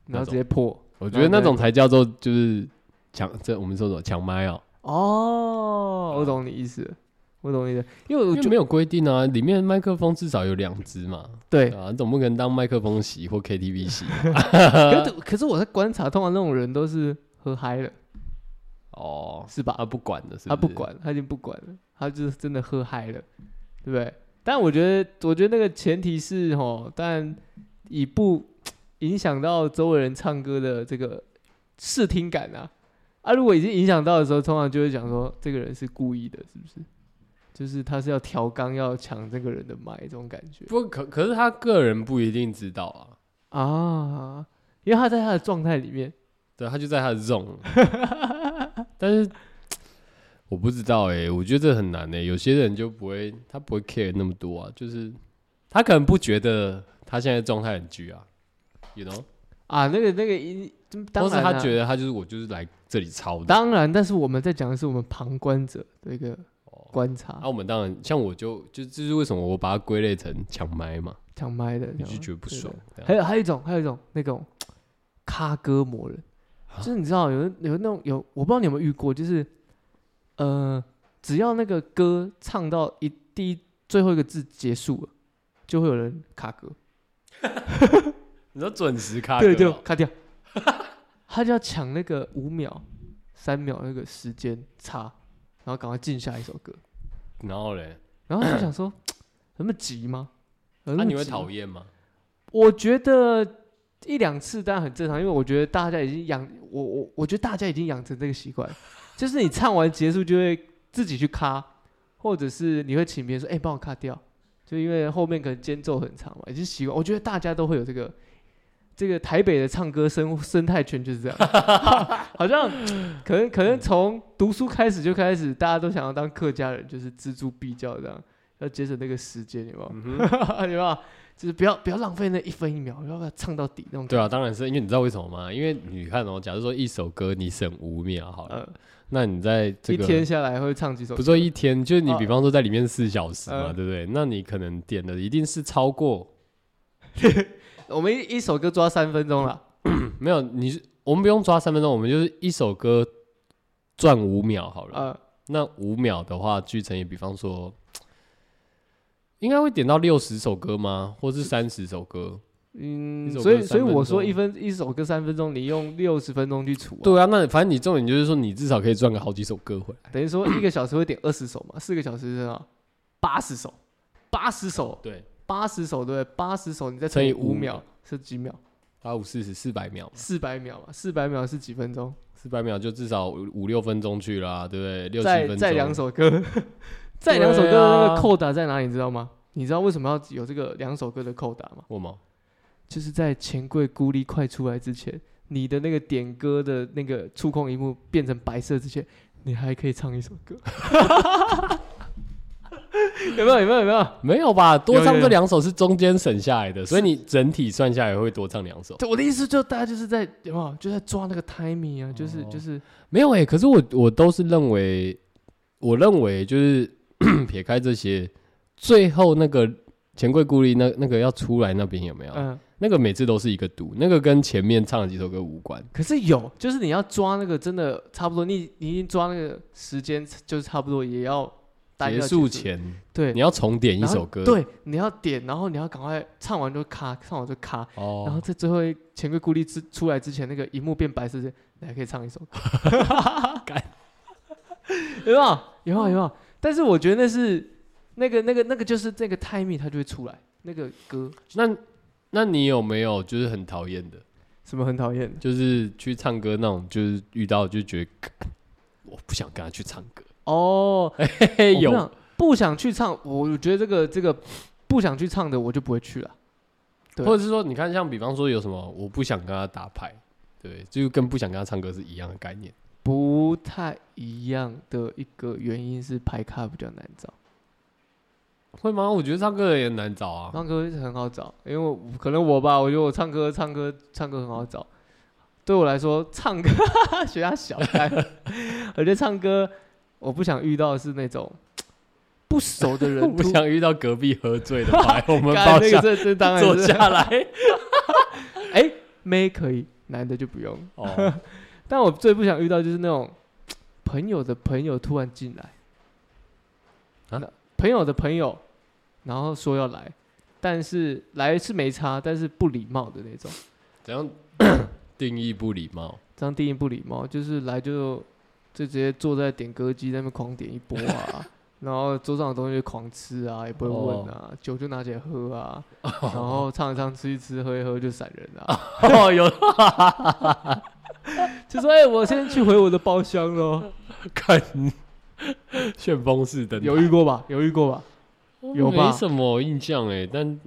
B: 然后直接破。
A: 我觉得那种才叫做就是抢，这我们说什么抢麦哦，
B: 哦，我懂你意思，我懂你的，因为我
A: 就
B: 就
A: 没有规定啊，里面麦克风至少有两只嘛，
B: 对，
A: 啊，你总不可能当麦克风洗或 KTV 洗吧呃
B: 可是可是我在观察，通常那种人都是喝嗨了，
A: 哦，
B: 是吧？
A: 他不管的是是，
B: 他不，管，他已经不管了，他就是真的喝嗨了，对不对？但我觉得，我觉得那个前提是哦，但以不影响到周围人唱歌的这个视听感啊。啊，如果已经影响到的时候，通常就会讲说这个人是故意的，是不是？就是他是要调缸，要抢这个人的麦，这种感觉
A: 不过可可是他个人不一定知道啊，
B: 啊，因为他在他的状态里面，
A: 对他就在他的 zone，但是我不知道哎、我觉得这很难哎、有些人就不会，他不会 care 那么多啊，就是他可能不觉得他现在状态很居啊，you know，
B: 啊，那个那个一，当
A: 或是
B: 然、
A: 他觉
B: 得
A: 得他就是我就是来这里抄的，
B: 当然，但是我们在讲的是我们旁观者的一个
A: 哦
B: 观察
A: 那、，我们当然像我就就这是为什么我把它归类成抢麦嘛，
B: 抢、麦的，
A: 你
B: 抢
A: 就
B: 麦
A: 觉得不
B: 对
A: 爽
B: 的。
A: 这样
B: 还有还有一种，还有一种那种咖歌魔人，
A: 啊
B: 就是你知道有有那种有，我不知道你有没有遇过，就是呃，只要那个歌唱到一第一最后一个字结束了，就会有人卡歌，
A: 你说准时卡
B: 对，
A: 歌
B: 就
A: 哦
B: 卡掉， 他就要抢那个五秒、三秒那个时间差，然后赶快进下一首歌，
A: 然后嘞，
B: 然后就想说有那么急吗？有
A: 那、
B: 么
A: 啊你会
B: 急
A: 讨厌吗？
B: 我觉得一两次当然很正常，因为我觉得大家已经养我我我觉得大家已经养成这个习惯了，就是你唱完结束就会自己去卡，或者是你会请别人说：“哎、帮我卡掉。”就因为后面可能间奏很长嘛，已经习惯。我觉得大家都会有这个。这个台北的唱歌生生态圈就是这样， 好像可能可能从读书开始就开始，大家都想要当客家人，就是锱铢必较这样，要节省那个时间，有没有？
A: 嗯
B: 有没有？就是不要不要浪费那一分一秒，要不要唱到底那种
A: 对
B: 感
A: 啊，当然是因为你知道为什么吗？因为你看哦，假如说一首歌你省五秒好
B: 觉。
A: 了，
B: 呃，
A: 那你在这
B: 一
A: 个
B: 天下来会唱几首
A: 不？说一天，就是你
B: 啊
A: 比方说在里面四小时嘛，
B: 嗯
A: 对不对？那你可能点的一定是超过
B: 我们一一首歌抓三分钟了，
A: 没有你是，我们不用抓三分钟，我们就是一首歌转五秒好了。
B: 呃，
A: 那五秒的话，剧成也比方说，应该会点到六十首歌吗？或是三十首歌？
B: 嗯
A: 一，首歌
B: 所以
A: 三
B: 所以我
A: 分钟
B: 说一分一首歌三分钟，你用六十分钟去除、啊，
A: 对啊，那反正你重点就是说，你至少可以赚个好几首歌回来。
B: 等于说一个小时会点二十首嘛，四个小时是多少？八十首，八十首，
A: 对，
B: 八十首对不对？八十首你再
A: 乘
B: 乘以
A: 以
B: 五
A: 五
B: 秒是几秒？
A: 八五四十四百秒嘛，
B: 四百秒嘛，四百秒是几分钟？
A: 四百秒就至少五五六分钟去啦，对不对？六七分
B: 再
A: 钟。
B: 再两首歌，再两首歌
A: 对
B: 的那
A: 啊
B: 个扣打在哪里？你知道吗？你知道为什么要有这个两首歌的扣打吗？
A: 我吗？
B: 就是在钱柜孤立快出来之前，你的那个点歌的那个触控荧幕变成白色之前，你还可以唱一首歌。 有没有？有没有？有没有？
A: 没有吧？多
B: 有
A: 唱
B: 有
A: 这两首是中间省下来的，所以你整体算下来会多唱两首。
B: 对，我的意思就大家就是在有没有就在抓那个 timing 啊，就是、就是
A: 没有诶、欸可是我我都是认为，我认为就是 撇开这些，最后那个钱柜孤立那那个要出来那边有没有？
B: 嗯，
A: 那个每次都是一个赌，那个跟前面唱的几首歌无关。
B: 可是有，就是你要抓那个真的差不多，你你已经抓那个时间，就是差不多也要大概
A: 结
B: 要
A: 束前
B: 对
A: 你要重点一
B: 然后
A: 首歌，，
B: 对，你要点，然后你要赶快唱完就卡，唱完就卡，然后
A: 哦，
B: 在最后一钱柜孤立之出来之前，那个荧幕变白色之前，你还可以唱一首歌，
A: 干
B: 有没有？有啊没有？有没有？但是我觉得那是那个那个那个就是这个 timing 它就会出来，那个歌
A: 那那你有没有就是很讨厌的，
B: 什么很讨厌的，
A: 就是去唱歌那种，就是遇到就觉得 我不想跟他去唱歌，
B: 哦，
A: 嘿嘿，
B: 我不
A: 哎有啊
B: 想不想去唱，我觉得这个这个不想去唱的我就不会去了。对
A: 或者是说，你看，像比方说有什么，我不想跟他打牌，对，就跟不想跟他唱歌是一样的概念。
B: 不太一样的一个原因是排卡比较难找，
A: 会吗？我觉得唱歌的也很难找啊。
B: 唱歌很好找，因为我可能我吧，我觉得我唱歌唱歌唱歌很好找，对我来说唱歌 学他小开， 我觉得唱歌我不想遇到的是那种不熟 的
A: 我
B: 人
A: 不
B: 突，
A: 想遇到隔壁喝醉的 牌，我们
B: 干
A: 包
B: 那个
A: 下
B: 这这当然
A: 坐
B: 是
A: 下来。
B: 哎妹可以，男的就不用，
A: 哦，
B: 但我最不想遇到就是那种朋友的朋友突然进来，
A: 啊
B: 那朋友的朋友，然后说要来，但是来是没差，但是不礼貌的那种，
A: 怎样 定义不礼貌？
B: 这样定义不礼貌，就是来就就直接坐在点歌机那边狂点一波啊，然后桌上的东西就狂吃啊，也不会问啊，酒就拿起来喝啊，然后唱一唱、吃一吃、喝一喝就闪人啊，
A: 哦，有
B: 就说哎、我先去回我的包厢咯。
A: 看旋风式的
B: 有遇过吧？有遇过吧？有吧
A: 没什么印象哎，但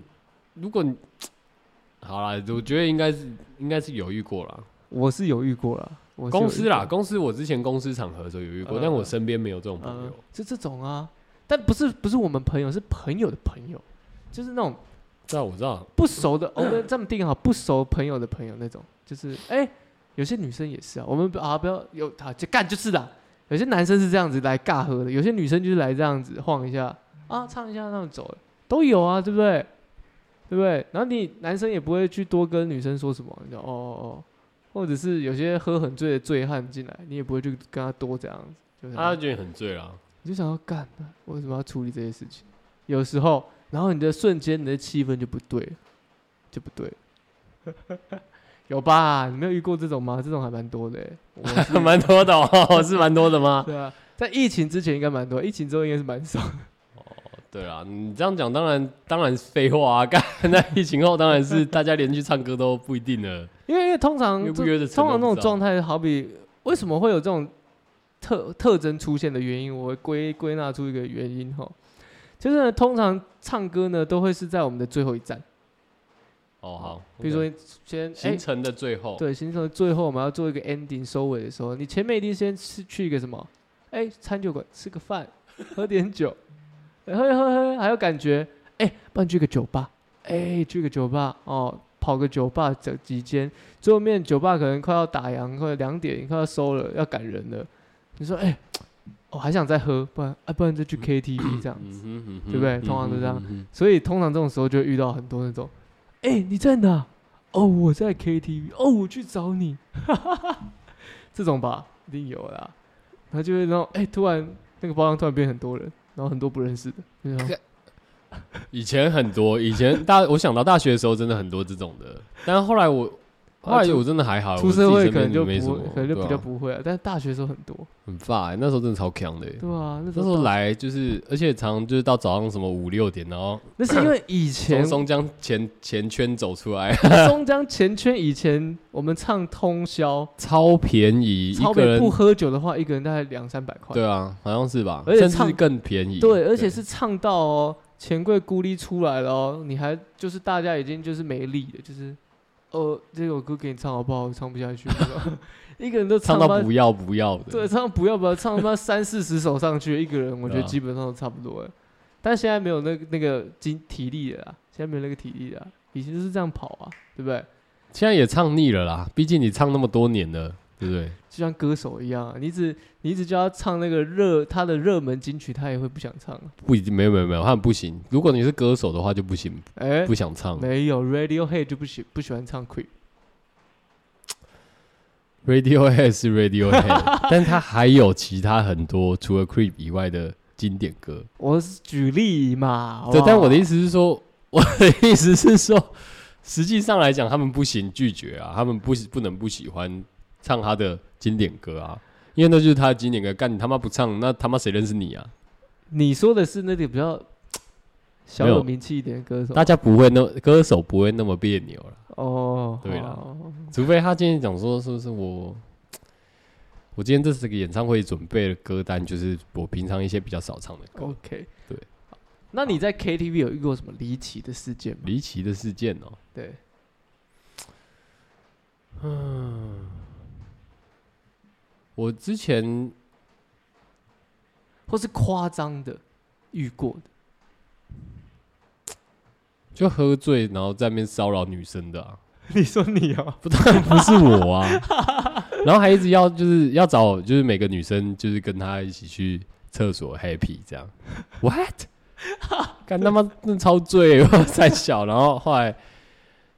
A: 如果你好啦，我觉得应该是应该是有遇过啦。
B: 我是有遇过啦，我是有
A: 公
B: 遇
A: 司啦，
B: 过，
A: 公司我之前公司场合的时候有遇过，
B: 嗯
A: 但我身边没有这种朋
B: 嗯
A: 友。，
B: 就这种啊，但不是不是我们朋友，是朋友的朋友，就是那种
A: 知道我知道，
B: 不熟的，我们这么定好，不熟朋友的朋友那种，就是哎、有些女生也是啊，我们不啊不要有啊就干就是的，有些男生是这样子来尬喝的，有些女生就是来这样子晃一下啊唱一下那种走了，都有啊，对不对？对不对？然后你男生也不会去多跟女生说什么，你就哦哦哦，或者是有些喝很醉的醉汉进来，你也不会去跟他多这样子，就是
A: 他觉得很醉啊啦。
B: 你就想要干，为什么要处理这些事情？有时候，然后你的瞬间你的气氛就不对，就不对。有吧？你没有遇过这种吗？这种还蛮多的、欸。我是
A: 蛮多的哦，是蛮多的吗？
B: 对啊，在疫情之前应该蛮多，疫情之后应该是蛮少。
A: 对啊，你这样讲，当然当然是废话啊。干， 那疫情后当然是大家连去唱歌都不一定了。
B: 因为因为通常
A: 约不
B: 嗯这
A: 约的
B: 通
A: 程
B: 常
A: 度
B: 那种
A: 不知道
B: 状态，好比为什么会有这种特特征出现的原因，我会归归纳出一个原因哈，就是呢通常唱歌呢都会是在我们的最后一站，
A: 哦，好，
B: 比如说先哎
A: 行程的最后，
B: 对，行程的最后我们要做一个 ending 收尾的时候，你前面一定先吃去一个什么？哎，餐酒馆吃个饭，喝点酒，哎喝一喝喝，还有感觉。哎，不然去个酒吧，哎，去个酒吧哦，跑个酒吧走几间，最后面酒吧可能快要打烊，快两点，快要收了，要赶人了。你说哎，我、还想再喝，不然啊，不然就去 KTV 这样
A: 嗯哼，嗯哼
B: 啊对不对通常都这样。
A: 嗯哼嗯哼
B: 所以通常这种时候就会遇到很多那种，哎、你在哪？哦，我在 KTV。哦，我去找你。 这种吧，一定有啦。然后就会然后，哎、突然那个包厢突然变很多人，然后很多不认识的，就想
A: 以前很多，以前大我想到大学的时候真的很多这种的，但后来我后来我真的还好，
B: 啊
A: 啊
B: 出
A: 我自己
B: 社会
A: 身
B: 可
A: 边
B: 能就
A: 没什
B: 不
A: 么
B: 会，，可能就
A: 对
B: 比
A: 啊
B: 较不会了。但是大学的时候很多，
A: 很发欸，那时候真的超强的欸。
B: 对啊，那时
A: 那时候
B: 候大，
A: 来就是，而且常就是到早上什么五六点，然后
B: 那是因为以前
A: 从 松江前前圈走出来，
B: 松江前圈以前我们唱通宵，
A: 超便宜，一
B: 超
A: 个
B: 北
A: 人
B: 不喝酒的话，一个人大概两三百块。
A: 对啊，好像是吧，
B: 而且
A: 甚至
B: 唱
A: 更便宜。
B: 对，而且是唱到哦，钱柜孤立出来了哦，你还就是大家已经就是没力了，就是哦，这首歌给你唱好不好？我唱不下去了， 一个人都
A: 唱
B: 到
A: 到不要不要的。
B: 对，唱不要不要唱他妈三四十首上去，一个人我觉得
A: 对啊
B: 基本上都差不多了。但现在没有那个那个精体力了啦，现在没有那个体力了啦，以前就是这样跑啊，对不对？
A: 现在也唱腻了啦，毕竟你唱那么多年了，对不对？
B: 就像歌手一样啊，你只你只叫他唱那个热他的热门金曲，他也会不想唱啊。
A: 不一定，没有没有没有，他们不行。如果你是歌手的话就不行，
B: 哎、
A: 不想唱。
B: 没有 Radiohead 就不喜不喜欢唱 Creep。
A: Radiohead 是 Radiohead，但他还有其他很多除了 Creep 以外的经典歌。
B: 我是举例嘛。好不
A: 对，但
B: 好
A: 我的意思是说， 我的意思是说，实际上来讲，他们不行拒绝啊，他们不喜不能不喜欢唱他的经典歌啊，因为那就是他的经典歌。干你他妈不唱，那他妈谁认识你啊？
B: 你说的是那点比较小
A: 没有
B: 有名气一点的歌手
A: 大家不会那歌手不会那么别扭了，
B: 哦，
A: 对啦
B: 好，
A: 除非他今天讲说，是不是我？我今天这次给演唱会准备的歌单，就是我平常一些比较少唱的歌。
B: OK，
A: 对。
B: 那你在 KTV 有遇过什么离奇的事件吗？
A: 离奇的事件哦、
B: 对，
A: 我之前
B: 或是夸张的遇过 的，
A: 就喝醉，然后在那边骚扰女生的啊，
B: 你说你哦，
A: 不当然 不是我啊， 然后还一直要就是要找就是每个女生就是跟他一起去厕所 happy 这样，what？干他妈那超醉，我在小，然后后来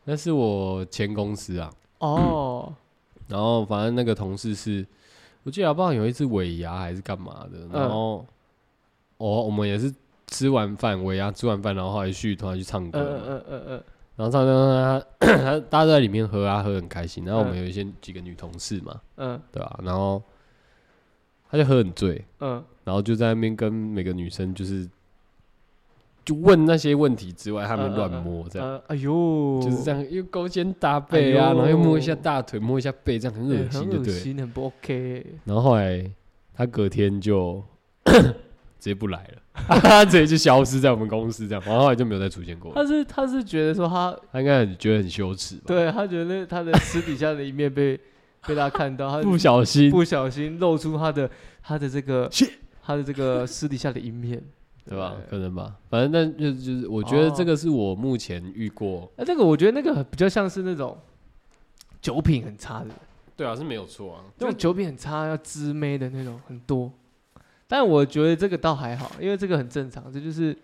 A: 那是我前公司啊，
B: 哦，
A: 然后反正那个同事是，我记得好不好有一次尾牙还是干嘛的，然后、哦我们也是吃完饭尾牙吃完饭，然后后来去突然去唱歌
B: 呃
A: 嘛，
B: 呃呃呃，
A: 然后唱唱唱唱，他大家都在里面喝啊喝得很开心，然后我们
B: 嗯
A: 有一些几个女同事嘛，
B: 嗯
A: 对吧、然后他就喝很醉，
B: 嗯，
A: 然后就在那边跟每个女生就是就问那些问题之外，他们乱摸这样。
B: 呃，哎呦，
A: 就是这，样，又勾肩搭背啊，
B: 哎呦
A: 然后又摸一下大腿，摸一下背，这样很恶心，
B: 很
A: 就
B: 恶
A: 对了。
B: 心，很不 OK。
A: 然后后来他隔天就 直接不来了，直接就消失在我们公司这样，然后后来就没有再出现过了。
B: 他是他是觉得说他，
A: 他应该很觉得很羞耻吧？，
B: 对他觉得他的私底下的一面被 被他看到，他
A: 不小心，
B: 不小心露出他的他的这个
A: Shit
B: 他的这个私底下的一面，
A: 对吧？可能吧，反正但就就是，我觉得
B: 哦
A: 这个是我目前遇过，
B: 哎，那个我觉得那个比较像是那种酒品很差的人，
A: 对啊，是没有错啊。
B: 那种酒品很差要知妹的那种很多。但我觉得这个倒还好，因为这个很正常，这就是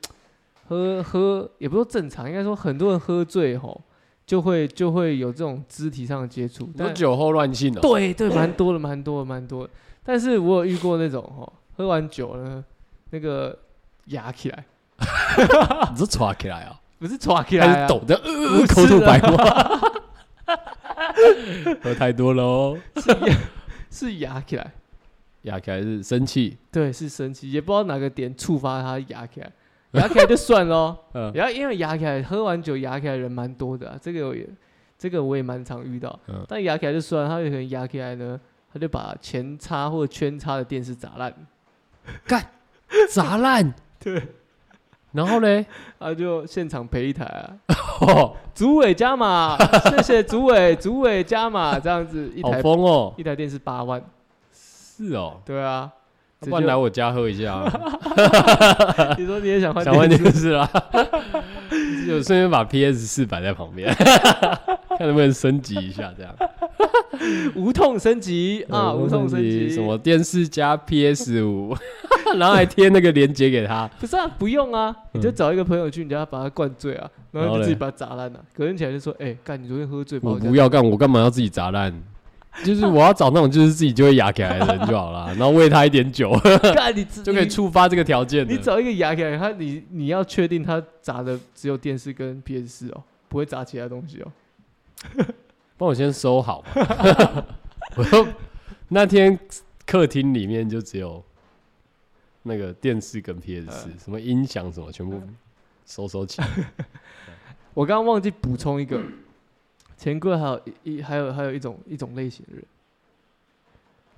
B: 喝喝也不是说正常，应该说很多人喝醉吼就会就会有这种肢体上的接触。
A: 你说
B: 但
A: 酒后乱性哦，
B: 对对，蛮多的，蛮多的，蛮多的。但是我有遇过那种吼喝完酒呢，那个压起来，
A: 你是抓起来啊，
B: 不是抓起
A: 还
B: 来、
A: 是
B: 啊，
A: 抖的，呃
B: 不是啊
A: 口吐白沫， 喝太多了哦。
B: 是压是压起来。
A: 压起来是生气，
B: 对，是生气，也不知道哪个点触发他压起来，压起来就算咯。
A: 嗯
B: 然后因为压起来，喝完酒压起来人蛮多的、啊，这个我也这个我也蛮常遇到。
A: 嗯
B: 但压起来就算了，他有可能压起来呢，他就把前插或圈插的电视砸烂，
A: 砸烂。
B: 对，
A: 然 后嘞，
B: 他就现场赔一台啊，
A: 哦，
B: 组委加码， 谢谢组委，组委加码，这样子一
A: 好
B: 台
A: 疯哦，
B: 一台电视八万，
A: 是哦，
B: 对啊，这
A: 不然
B: 就
A: 来我家喝一下啊，
B: 你说你也想换
A: 想换
B: 电
A: 电
B: 视？
A: 视啦， 就顺便把 PS 四摆在旁边， 看能不能升级一下这样
B: 无痛升级
A: 呃
B: 啊，无痛升级
A: 什么电视加 PS 五， 然后还贴那个链接给他，
B: 不是啊，不用啊，
A: 嗯
B: 你就找一个朋友去，你叫他把他灌醉啊，然
A: 然
B: 后
A: 后嘞
B: 你自己把他砸烂了、隔天起来就说，哎、干，你昨天喝醉吧？
A: 我
B: 我
A: 不要干，我干嘛要自己砸烂？就是我要找那种就是自己就会压起来的人就好 啦，然后喂他一点酒
B: 干你自
A: 就可以。触发这个条件
B: 你
A: 了。
B: 你找一个牙起来，他你你要确定他砸的只有电视跟 PS 四哦，不会砸其他东西哦。
A: 帮我先收好。 我说那天客厅里面就只有那个电视跟 PS 四、
B: 嗯
A: 什么音响什么全部收收起来。
B: 我刚刚忘记补充一个，钱柜还有一一还有还有一种一种类型的人，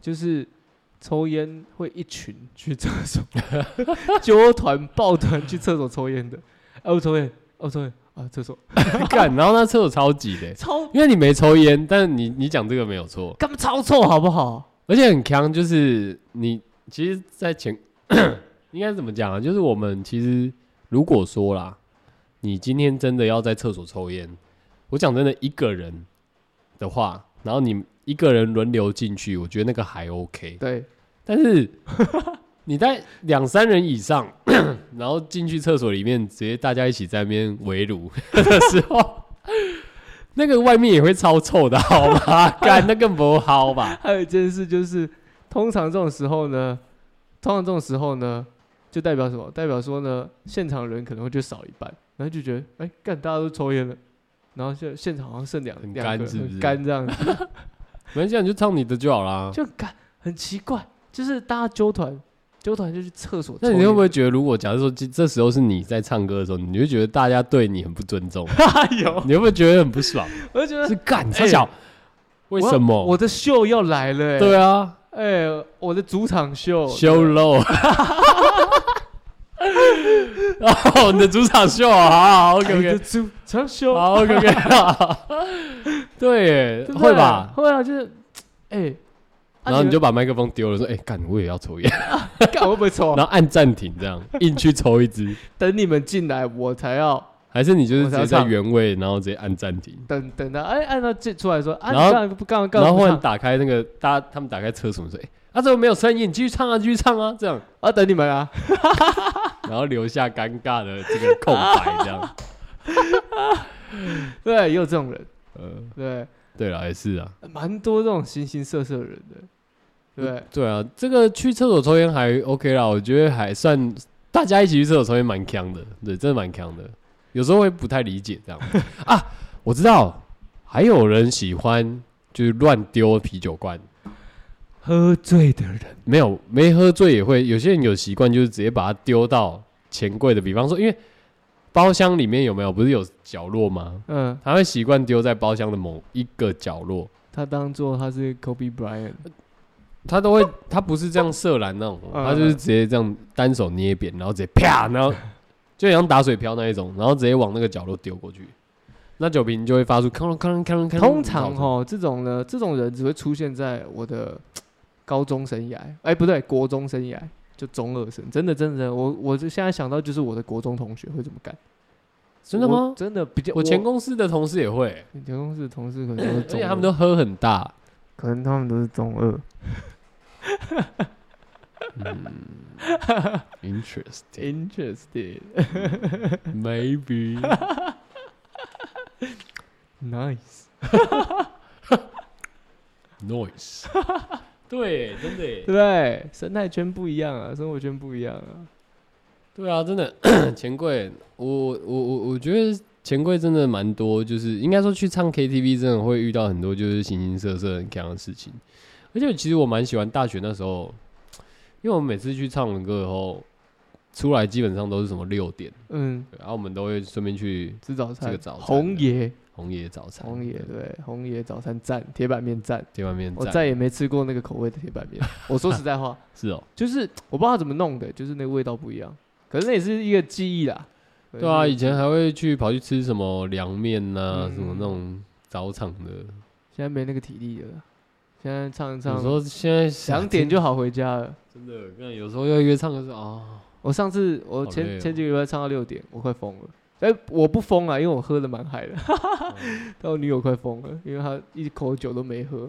B: 就是抽烟会一群去厕 所，纠团抱团去厕所抽烟的。哎、我抽烟，我抽烟啊，厕所
A: 干，然后那厕所超挤的，
B: 超
A: 因为你没抽烟，但你你讲这个没有错，
B: 干嘛超臭好不好？
A: 而且很强，就是你其实，在前 应该怎么讲啊？就是我们其实如果说啦，你今天真的要在厕所抽烟，我讲真的，一个人的话，然后你一个人轮流进去，我觉得那个还 OK。
B: 对，
A: 但是你在两三人以上， 然后进去厕所里面，直接大家一起在那边围炉的时候， 那个外面也会超臭的，好吗？干那个不好吧？
B: 还有一件事就是，通常这种时候呢，通常这种时候呢，就代表什么？代表说呢，现场人可能会就少一半，然后就觉得，哎、干大家都抽烟了，然后现现场好像剩两
A: 很
B: 两个
A: 干是不是
B: 很干这样子，
A: 没事，你就唱你的就好啦。
B: 就很干很奇怪，就是大家纠团纠团就去厕所抽
A: 那
B: 烟，
A: 你会不会觉得，如果假设说这这时候是你在唱歌的时候，你会觉得大家对你很不尊 重？
B: 有？
A: 你会不会觉得很不 爽？
B: 哎我就觉得
A: 是哦干他小，为
B: 我要
A: 什么？
B: 哎我的秀要来了、哎，
A: 对啊，
B: 哎、我的主场秀
A: 修 low。哦，你的主场秀啊，好 好，OK
B: 我哎的
A: OK，
B: 主场秀
A: 好 OK OK，对 耶，
B: 对不对
A: 会吧？
B: 会啊，就是，哎、 啊
A: 然后你
B: 们
A: 就把麦克风丢了，说：“哎，干，我也要 抽烟。
B: 干我会不会抽”啊？
A: 然后按暂停，这样硬去抽一支，
B: 等你们进来，我才要
A: 还是你就是
B: 我
A: 直
B: 才
A: 接在
B: 唱
A: 原位，然后直接按暂停？
B: 等等他，哎，按照进出来说，啊，
A: 然后
B: 你干嘛不干嘛干嘛
A: 然后
B: 不
A: 忽然
B: 唱
A: 打开那个，大家他们打开车门说：“哎、啊怎么没有声音？你继续唱啊，继续唱啊！”这样，
B: 啊，等你们啊，
A: 然后留下尴尬的这个空白，这样。
B: 对，也有这种人，
A: 呃，
B: 对，
A: 对了，也是啊，
B: 蛮多这种形形色色的人的，对，
A: 对啊，这个去厕所抽烟还 OK 啦，我觉得还算大家一起去厕所抽烟蛮强的，对，真的蛮强的。有时候会不太理解这样 啊，我知道，还有人喜欢就是乱丢啤酒罐，
B: 喝醉的人，
A: 没有没喝醉也会，有些人有习惯就是直接把它丢到钱柜的，比方说，因为包厢里面有没有不是有角落吗？
B: 嗯，
A: 他会习惯丢在包厢的某一个角落，
B: 他当做他是 Kobe Bryant，
A: 他都会，他不是这样射篮那种，
B: 嗯
A: 他就是直接这样单手捏扁，然后直接啪，然后就像打水漂那一种，然后直接往那个角落丢过去，那酒瓶就会发出哐啷哐啷哐啷哐啷。
B: 通常，哦哈这种呢，这种人只会出现在我的高中生涯，哎、不对，国中生涯，就中二生，真的真的，真的我我这现在想到就是我的国中同学会这么干，
A: 真的吗
B: 我？真的比较
A: 我前公司的同事也会，
B: 你前公司的同事可能都是
A: 而
B: 中
A: 且
B: 二，
A: 他们都喝很大，
B: 可能他们都是中二，
A: Interesting,
B: Interested.
A: maybe.
B: Nice.
A: Noise. 对，真的耶
B: 对不，对？生态圈不一样啊，生活圈不一样啊。
A: 对啊，真的。 钱柜，我我我我觉得钱柜真的蛮多，就是应该说去唱 KTV 真的会遇到很多就是形形色色很强的事情。而且其实我蛮喜欢大学那时候，因为我们每次去唱完歌以后出来，基本上都是什么六点，
B: 嗯，
A: 对然后我们都会顺便去
B: 吃早餐，
A: 这个早餐
B: 红
A: 的
B: 爷，
A: 红爷早餐，
B: 红爷对，红爷早餐赞，铁板面赞。
A: 在外面
B: 我
A: 站
B: 再也没吃过那个口味的 铁板面。我说实在话，
A: 是哦，
B: 就是我不知道他怎么弄的，就是那个味道不一样。可是那也是一个记忆啦。
A: 对啊，
B: 可能是
A: 以前还会去跑去吃什么凉面呐，
B: 嗯
A: 什么那种早场的。
B: 现在没那个体力了啦，现在唱一
A: 有
B: 唱
A: 时，候现在
B: 两点就好回家了。
A: 真的，那有时候要约唱的时候 啊，
B: 我上次
A: 好
B: 我
A: 累
B: 前
A: 哦
B: 前几个礼拜唱到六点，我快疯了。哎、我不疯啊，因为我喝的蛮嗨的，
A: 哦
B: 但我女友快疯了，因为她一口酒都没喝，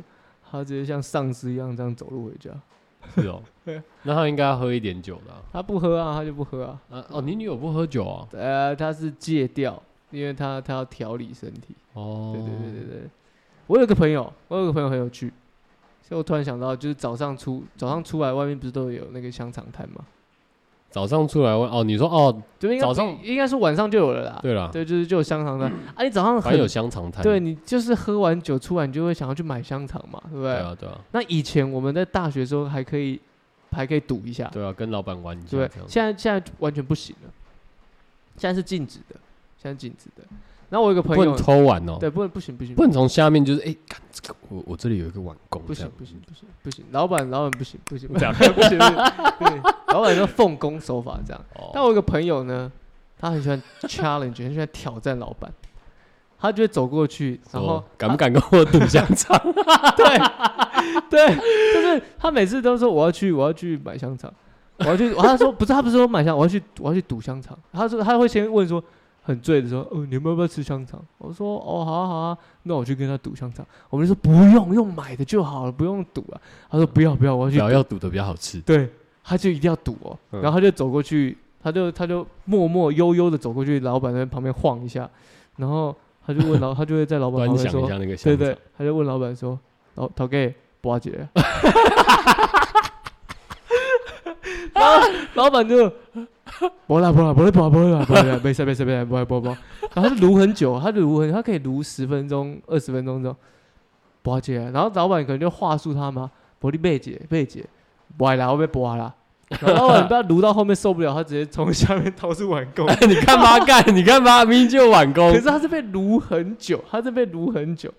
B: 她直接像丧尸一样这样走路回家。
A: 是哦，那他应该要喝一点酒啦。
B: 她不喝啊，她就不喝啊。
A: 啊哦，你女友不喝酒啊？
B: 呃，她是戒掉，因为她她要调理身体。
A: 哦，
B: 对对对对对，我有个朋友，我有个朋友很有趣，所以我突然想到，就是早上出早上出来外面不是都有那个香肠摊吗？
A: 早上出来问哦，你说哦，
B: 这边应该
A: 早上
B: 应该说晚上就有了啦。
A: 对啦，
B: 对，就是就有 香肠摊啊，你早上
A: 反正
B: 很
A: 有香肠摊，
B: 对你就是喝完酒出来，你就会想要去买香肠嘛，对不对？
A: 对啊对啊
B: 那以前我们在大学的时候还可以还可以赌一下，
A: 对啊，跟老板玩一下
B: 对不
A: 这
B: 对
A: 样，
B: 现在现在完全不行了，现在是禁止的，现在禁止的。然后我有个朋
A: 不能
B: 友，
A: 偷玩哦，
B: 对，不能不行不行
A: 不能从下面就是哎，干这个我我这里有一个碗工，
B: 不
A: 这
B: 行
A: 样
B: 不行不行不行，老板老板不行不行不
A: 这
B: 行
A: 样
B: 不行，不行老板说奉公守法这样。 但
A: 哦，
B: 我有个朋友呢，他很喜欢 challenge，很喜欢挑战老板，他就会走过去，然后
A: 说哦敢不敢跟我赌香 肠？
B: 对对，就是他每次都说我要去，我要去买香肠，我要去。他说不是，他不是说买香，我要去，我要去赌香肠。他说他会先问说很醉的时候，哦，你们要不要吃香肠？我说哦，好啊好啊，那我去跟他赌香肠。我们就说不用，用买的就好了，不用赌了。他说不要不要，我要
A: 不
B: 去
A: 要要赌的比较好吃，
B: 对，他就一定要赌哦，
A: 嗯
B: 然后他就走过去，他就他就默默悠悠的走过去，老板在旁边晃一下，然后他就问老，他就会在老板
A: 端
B: 旁边
A: 详一
B: 说，
A: 下那个香
B: 对
A: 肠。
B: 对，他就问老板说，哦老陶给八姐，然后老板就。 不啦不啦不啦不啦不啦不啦，没事没事没事，不不不，然后他就撸很久，他就撸很，他可以撸十分钟、二十分钟这种，不姐，然后老板可能就话术他嘛，不你贝姐贝姐，不啦，我被不啦，然后老板不要撸到后面受不了，他直接从下面掏出碗弓，
A: 你看吧，干，你看吧，明明就晚工
B: 可是。他是被撸很久，他是被撸很久。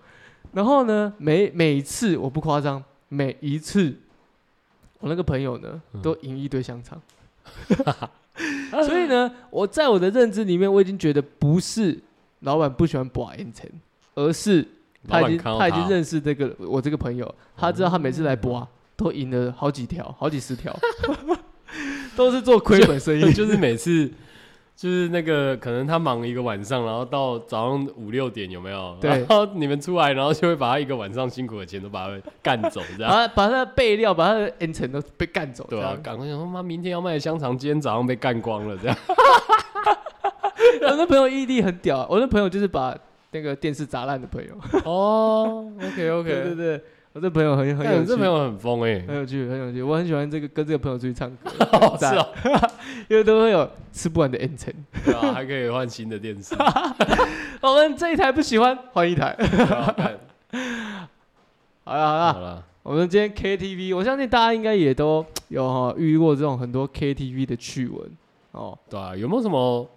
B: 然后呢，每每一次我不夸张，每一次我那个朋友呢
A: 嗯
B: 都赢一堆 香肠。所以呢，我在我的认知里面，我已经觉得不是老板不喜欢把 N 层，而是
A: 老
B: 他已
A: 板
B: 经
A: 看到。
B: 他已经认识这个我这个朋友，他知道他每次来播、都赢了好几条，好几十条，都是做亏本生意
A: 就是每次就是那个可能他忙一个晚上，然后到早上五六点有没有？
B: 对
A: 然后你们出来，然后就会把他一个晚上辛苦的钱都把他干走，这 样。
B: 把把他的备料，把他的 N 层都被干走，
A: 啊对
B: 这
A: 啊，
B: 样
A: 赶快想说妈，明天要卖的香肠，今天早上被干光了，这样。
B: 我那朋友毅力很屌啊、我那朋友就是把那个电视砸烂的朋友。
A: 哦，OK
B: 对对
A: OK，
B: 对，我这朋友很很
A: 干
B: 有
A: 你
B: 趣
A: 这，朋友很疯哎，
B: 很有趣，很有趣。我很喜欢这个跟这个朋友出去唱歌，
A: 哦 是
B: 赞
A: 哦，
B: 因为都会有吃不完的 N 层。
A: 对啊，还可以换新的 电视。
B: 我们这一台不喜欢，换一台。
A: 对啊干
B: 好了好
A: 好
B: 了，
A: 了，
B: 我们今天 KTV，我相信大家应该也都有哈遇过这种很多 KTV 的趣闻哦，
A: 对啊，有没有什么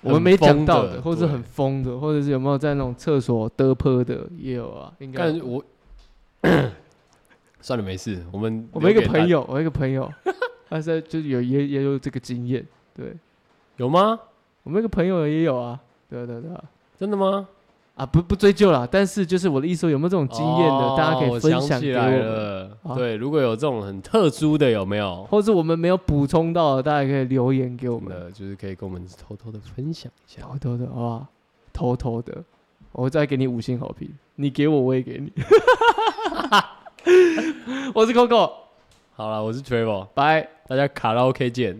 B: 我们没讲到
A: 的，
B: 的，或者很疯的，或者是有没有在那种厕所的泼的也有啊，应该
A: 干我 算了，没事。我们
B: 我们一个
A: 留给大
B: 朋友，我一个朋友， 他是就是有也也有这个经验，对
A: 有吗？
B: 我们一个朋友也有啊，对啊对啊对啊，
A: 真的吗？
B: 啊不不追究了，但是就是我的意思说有没有这种经验的，
A: 哦
B: 大家可以
A: 我
B: 分
A: 想
B: 享
A: 起
B: 给
A: 来
B: 我，
A: 了
B: 啊
A: 对，如果有这种很特殊的，有没有？
B: 或者我们没有补充到的，大家也可以留言给我
A: 我
B: 们
A: 们。的就是可以跟我们偷偷的分享一下。
B: 偷偷的，好不好？偷偷的，我再给你五星好评，你给我，我也给 你。我是 Coco，
A: 好了，我是 Travel，
B: 拜。
A: 大家卡拉 OK 见。